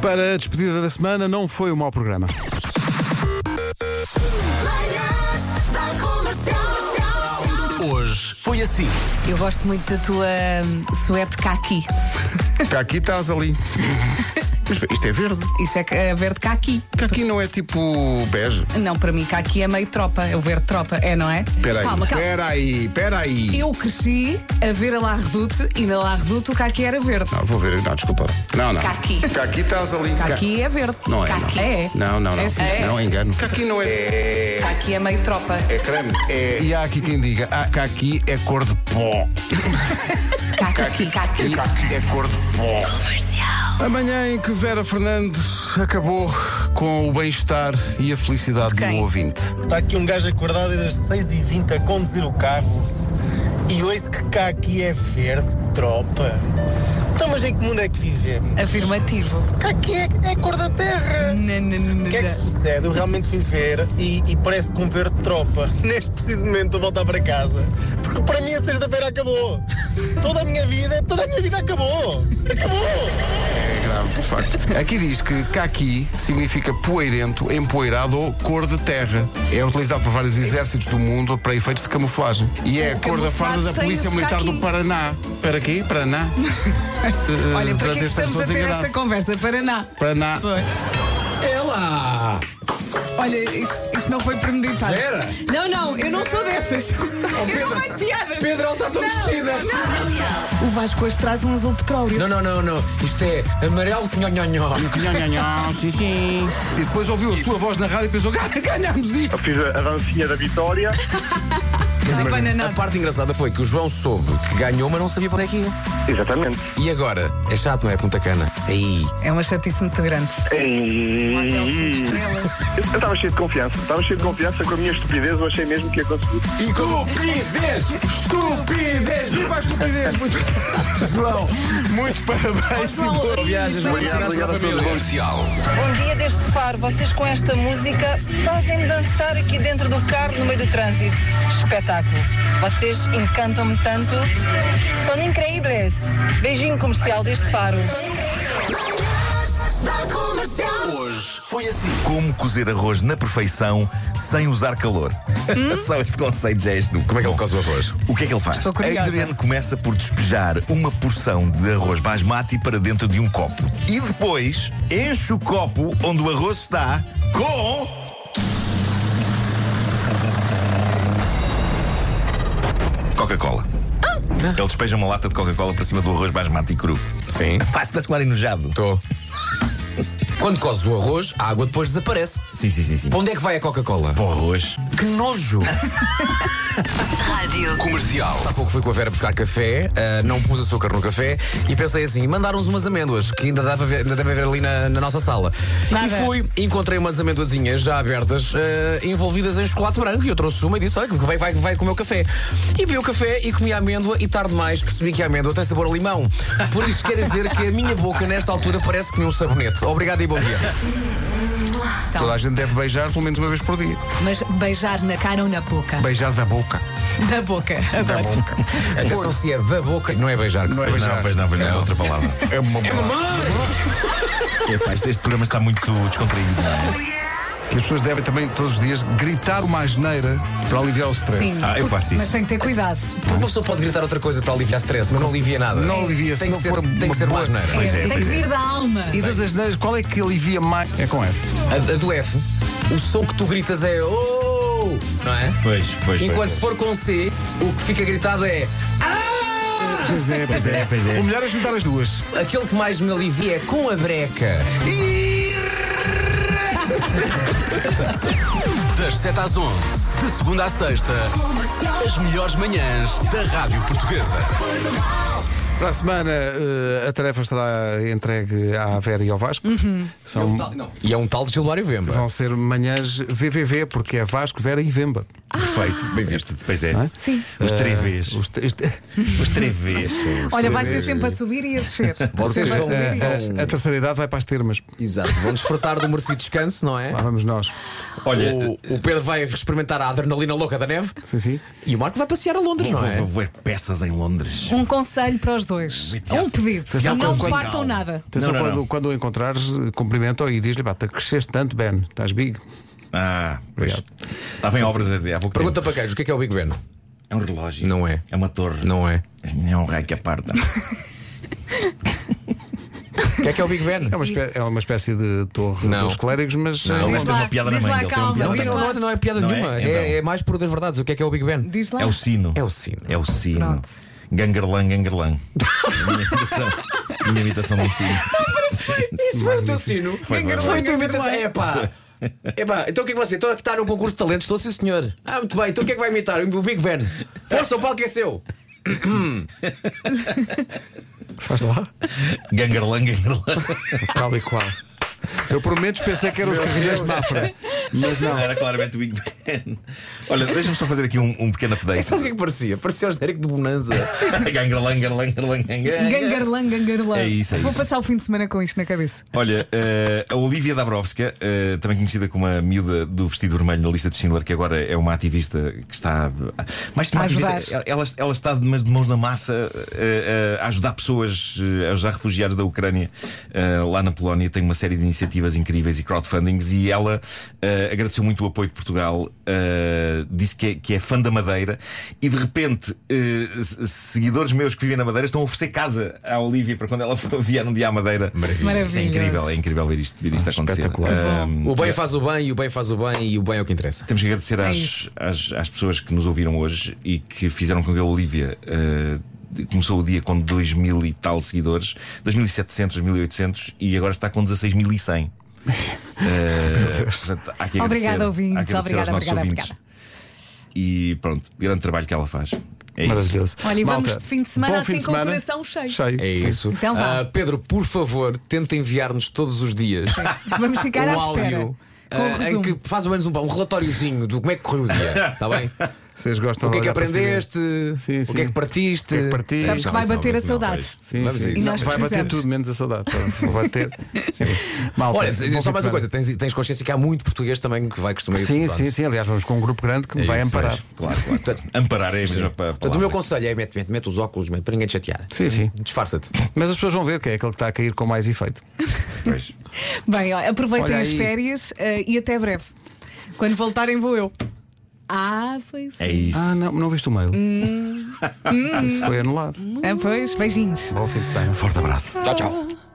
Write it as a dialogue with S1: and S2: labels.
S1: Para a despedida da semana, não foi um mau programa.
S2: Manhãs da Comercial.
S3: Hoje foi assim.
S4: Eu gosto muito da tua hum, suéte caqui.
S1: Cá aqui estás ali. Mas isto é verde.
S4: Isso é que- é verde caqui.
S1: Cá aqui não é tipo bege.
S4: Não, para mim caqui é meio tropa. É o verde tropa, é, não é?
S1: Peraí,
S4: Calma, calma.
S1: peraí, peraí.
S4: Eu cresci a ver a La Redoute e na La Redoute o caqui era verde.
S1: Não, vou ver. Não, desculpa. Não, não.
S4: Caqui.
S1: Cá aqui estás ali. Cá-
S4: Caqui é verde.
S1: Não é.
S4: Caqui
S1: não.
S4: é.
S1: Não, não, não.
S4: É sim. É.
S1: Não engano. Cá assim, aqui não é.
S4: Caqui é meio tropa.
S1: É creme. É... E há aqui quem diga, ah, cá aqui é cor de pó.
S4: Caqui, caqui.
S1: Cá aqui é cor de pó. Amanhã em que Vera Fernandes acabou com o bem-estar e a felicidade
S4: De
S1: do
S4: quem?
S1: ouvinte.
S5: Está aqui um gajo acordado desde 6h20 a conduzir o carro e ouço que cá aqui é verde, tropa. Então, mas em que mundo é que vivemos?
S4: Afirmativo.
S5: Cá aqui é, é cor da terra. O que é que sucede? Eu realmente fui ver e, e parece que um verde tropa. Neste preciso momento estou a voltar para casa. Porque para mim a sexta-feira acabou. Toda a minha vida, toda a minha vida acabou. Acabou.
S1: Aqui diz que caqui significa poeirento, empoeirado ou cor de terra. É utilizado por vários exércitos do mundo para efeitos de camuflagem. E é a cor da farda
S4: camuflados
S1: da
S4: têm
S1: Polícia
S4: esse
S1: Militar do
S4: caqui.
S1: Paraná. Para quê? Paraná? Eh,
S4: Olha, para
S1: portanto,
S4: que é que
S1: estamos
S4: estamos a
S1: todos
S4: ter
S1: enganados.
S4: esta conversa? Paraná.
S1: Paraná.
S4: Foi.
S3: É Ela!
S4: Olha, isto, isto não foi premeditado.
S3: Vera!
S4: Não, não, eu não sou dessas.
S6: Oh,
S4: eu não gosto de piadas.
S3: Pedro, ela está toda
S4: Não,
S3: vestida.
S4: O Vasco hoje traz um azul petróleo.
S3: Não, não, não, não. Isto é amarelo nhonhonhó.
S1: sim, sim. E depois ouviu a sua voz na rádio e pensou: "Ganha- ganhamos isto!
S7: Fiz a a dancinha da vitória.
S4: não,
S3: A parte engraçada foi que o João soube que ganhou, mas não sabia para onde é que ia.
S7: Exatamente.
S3: E agora? É chato, não é, Punta Cana? Aí.
S4: É uma chatice muito grande.
S6: Hum.
S4: Hotel cinco
S7: E...
S4: estrelas.
S7: Eu estava cheio de confiança. Estava cheio de confiança com a minha estupidez. Eu achei mesmo que ia conseguir.
S3: Estupidez!
S1: Estupidez! Viva a estupidez! Muito... João, muito parabéns e boa
S3: Viagens, boa ensinança da família.
S8: Bom Um dia deste faro. Vocês com esta música fazem-me dançar aqui dentro do carro no meio do trânsito. Espetáculo. Vocês encantam-me tanto. São incríveis. Beijinho comercial deste faro.
S2: Manhãs da Comercial.
S6: assim. Como cozer arroz na perfeição sem usar calor. Só este conceito já é nu.
S3: Como é que ele causa o arroz?
S6: O que é que ele faz?
S4: Estou curiosa.
S6: Adriano começa por despejar uma porção de arroz basmati para dentro de um copo. E depois enche o copo onde o arroz está com. Coca-Cola. Ele despeja uma lata de Coca-Cola para cima do arroz basmati cru.
S3: Sim.
S6: Faz-se das mar enojado.
S3: Estou. Quando cozes o arroz, a água depois desaparece.
S6: Sim, sim, sim, sim.
S3: Para onde é que vai a Coca-Cola?
S6: Bom arroz.
S3: Que nojo!
S2: Rádio
S3: Comercial. Há pouco fui com a Vera buscar café, ah, não pus açúcar no café e pensei assim: mandaram-nos umas amêndoas que ainda, dava ver- ainda deve haver ali na, na nossa sala.
S4: Nada.
S3: E fui, encontrei umas amêndoazinhas já abertas, ah, envolvidas em chocolate branco. E eu trouxe uma e disse: olha, que vai, vai, vai comer o café. E bebi o café e comi a amêndoa e tarde mais percebi que a amêndoa tem sabor a limão. Por isso quer dizer que a minha boca, nesta altura, parece que nem um sabonete. Obrigado e bom dia.
S1: Toda a gente deve beijar pelo menos uma vez por dia.
S4: Mas beijar na cara ou na boca?
S1: Beijar da boca.
S4: Da boca. Adoro.
S3: Atenção se é da boca, não é beijar, que se
S1: Não é
S3: depois
S6: Pois não, pois não, pois não. É outra palavra.
S1: É uma
S6: Epá, É, este, este programa está muito descontraído, não é?
S1: Que as pessoas devem também todos os dias gritar uma asneira para aliviar o stress.
S4: Sim.
S6: Ah, eu faço
S4: Mas
S6: isso.
S4: tem que ter cuidado.
S3: Porque uma pessoa pode gritar outra coisa para aliviar stress, mas não alivia nada.
S1: Não alivia, se
S3: tem que
S1: não
S3: ser,
S1: for
S3: Tem
S1: uma
S3: que ser
S1: boa-
S3: mais neira.
S6: Pois é,
S4: tem que
S6: pois é.
S4: vir da alma.
S1: E das asneiras, qual é que alivia mais? É com F.
S3: A, a do F, o som que tu gritas é Oh! Não é?
S6: Pois, pois,
S3: Enquanto
S6: pois.
S3: se for com C, o que fica gritado é Ah!
S1: Pois é,
S6: Pois é, pois é.
S1: O melhor é juntar as duas.
S3: Aquele que mais me alivia é com a breca.
S9: Das 7 às 11, de segunda à sexta, as melhores manhãs da Rádio Portuguesa.
S1: Para a semana, eh, a tarefa estará entregue à Vera e ao Vasco. São,
S3: E é um tal de Gilvário Vemba.
S1: vão ser manhãs VVV, porque é Vasco, Vera e Vemba.
S6: Perfeito, bem visto. Pois é.
S4: Sim.
S6: Os
S3: Ah,
S6: três vezes.
S1: Os três-
S6: Os três vezes.
S4: Olha, vai ser sempre a subir e a descer.
S3: Vocês
S4: Vai
S3: vão-
S4: subir
S1: é,
S4: e a descer.
S1: eh, a, a- a terceira idade vai para as termas.
S3: Exato, vão desfrutar do merecido descanso, não é?
S1: Lá vamos nós.
S6: Olha, eh,
S3: O, o Pedro vai experimentar a adrenalina louca da neve
S1: Sim, sim.
S3: e o Marco vai passear a Londres, não
S6: vou,
S3: é?
S6: vou ver peças em Londres.
S4: Um conselho para os dois. Um pedido. Não
S6: é
S4: partam nada.
S1: Atenção,
S6: Não, não,
S1: quando,
S6: não.
S1: quando o encontrares, cumprimenta-o e diz-lhe: pá, tu cresceste tanto, Ben, estás big.
S6: Ah, pois. Estava em obras até há pouco
S3: Pergunta
S6: tempo.
S3: para queijo, o que é que é o Big Ben?
S6: É um relógio.
S3: Não é.
S6: É uma torre.
S3: Não é.
S6: É um raio que aparta.
S3: O que é que é o Big Ben?
S1: É uma, espé- é uma espécie de torre
S3: Não.
S1: dos clérigos, mas.
S6: Não,
S4: Diz
S6: ele tem
S4: lá,
S6: uma piada na
S4: diz
S6: mãe.
S4: lá,
S6: ele
S4: calma,
S6: tem uma
S3: Não,
S6: piada
S4: diz
S3: não,
S6: na
S4: lá.
S3: não, não é piada
S6: Não é?
S3: nenhuma. É,
S6: Então.
S3: é mais por das verdades. O que é que é o Big Ben?
S4: Diz lá.
S6: É o sino.
S3: É o sino.
S6: É o sino.
S4: Pronto.
S6: Gangerlan, gangerlan. minha imitação. Minha imitação do sino.
S3: Isso foi o teu sino.
S6: Foi, foi,
S3: Foi a tua imitação. É pá. Epá, então o que é que você? Então está num concurso de talentos? Estou sim, senhor. Ah, muito bem. Então o que é que vai imitar? O Big Ben. Força, o palco é seu.
S1: Faz lá.
S6: Gangerlan, gangerlan.
S1: Tal e qual. Eu prometo pensei que eram os carrilhões
S3: é
S1: de Mafra. Mas não.
S6: Era claramente o Big Ben. Olha, deixa-me só fazer aqui um, um pequeno update.
S3: Sabes o que é que parecia? Parecia o genérico de Bonanza.
S6: gangerlan, gangerlan, gangerlan, gangerlan.
S4: Gangarlã, gangarlã.
S6: É isso, é
S4: Vou
S6: isso.
S4: passar o fim de semana com isto na cabeça.
S6: Olha, eh, a Olivia Dabrowska, eh, também conhecida como a miúda do vestido vermelho na lista de Schindler, que agora é uma ativista que está. Mais que uma
S4: A ajudar.
S6: ativista, ela, ela está de mãos, de mãos na massa eh, eh, a ajudar pessoas, eh, a ajudar refugiados da Ucrânia eh, lá na Polónia. Tem uma série de iniciativas incríveis e crowdfundings e ela eh, agradeceu muito o apoio de Portugal, eh, disse que é, que é fã da Madeira e de repente eh, se- seguidores meus que vivem na Madeira estão a oferecer casa à Olivia para quando ela for vier um dia à Madeira. Isto é
S4: Maravilhoso.
S6: incrível, é incrível ver isto, ver isto acontecer.
S1: espetacular.
S6: Ahm,
S3: Ah, O bem faz o bem e o bem faz o bem e o bem é o que interessa.
S6: temos que agradecer às,
S4: isso.
S6: às, às pessoas que nos ouviram hoje e que fizeram com que a Olivia ah, de- começou o dia com 2 mil e tal seguidores, 2.700, 2.800 e agora está com 16.100. Ah, portanto, há que agradecer,
S4: Obrigada,
S6: há
S4: ouvintes.
S6: que agradecer aos
S4: Obrigada,
S6: nossos
S4: obrigada,
S6: ouvintes.
S4: obrigada.
S6: E pronto, grande trabalho que ela faz. É isso.
S1: Maravilhoso.
S4: Olha, e vamos
S1: Malta,
S4: de fim de semana
S1: bom
S4: assim
S1: fim de
S4: com o
S1: semana.
S4: coração cheio.
S1: Cheio.
S3: É
S1: sim.
S3: isso.
S4: Então vá.
S3: Ah, Pedro, por favor, tenta enviar-nos todos os dias
S4: Vamos ficar à
S3: um
S4: espera.
S3: áudio.
S4: Com o
S3: ah, em
S4: resumo.
S3: que faz ao menos um, um relatóriozinho do como é que correu o dia, está bem?
S1: Tá Vocês gostam
S3: O que é
S1: de
S3: que
S1: olhar para si mesmo.
S3: aprendeste?
S1: Sim,
S3: O que é
S1: sim.
S3: que partiste?
S1: O que é que partiste?
S4: Sabes que
S3: Não,
S4: vai
S3: não,
S4: bater
S3: não,
S4: a saudade.
S3: pois.
S1: Sim,
S3: Vamos
S1: sim.
S3: a isso.
S4: E nós
S1: vai bater
S4: precisamos.
S1: tudo menos a saudade. Pronto, vai ter. Sim. Malta,
S3: Olha,
S1: bom fim de
S3: só mais uma
S1: semana.
S3: coisa, tens, tens consciência que há muito português também que vai costumar ir
S1: Sim,
S3: pronto.
S1: sim, sim. Aliás, vamos com um grupo grande que me vai
S3: É isso,
S1: amparar.
S6: Claro, claro. Amparar é a mesma pa-
S3: Portanto, o meu
S6: palavra.
S3: conselho é mete, mete, mete os óculos, mete, para ninguém te chatear.
S1: Sim, sim.
S3: Disfarça-te.
S1: Mas as pessoas vão ver que é aquele que está a cair com mais efeito.
S6: Pois.
S4: Bem, ó, aproveitem
S1: Olha
S4: as
S1: aí.
S4: férias eh, e até breve. Quando voltarem, vou eu. Ah, foi isso.
S6: É isso.
S1: Ah, não, não viste o mail?
S4: Hum.
S1: Isso foi anulado.
S4: Ah, pois, beijinhos.
S1: Bom fim de semana.
S6: Forte abraço.
S3: Tchau, tchau.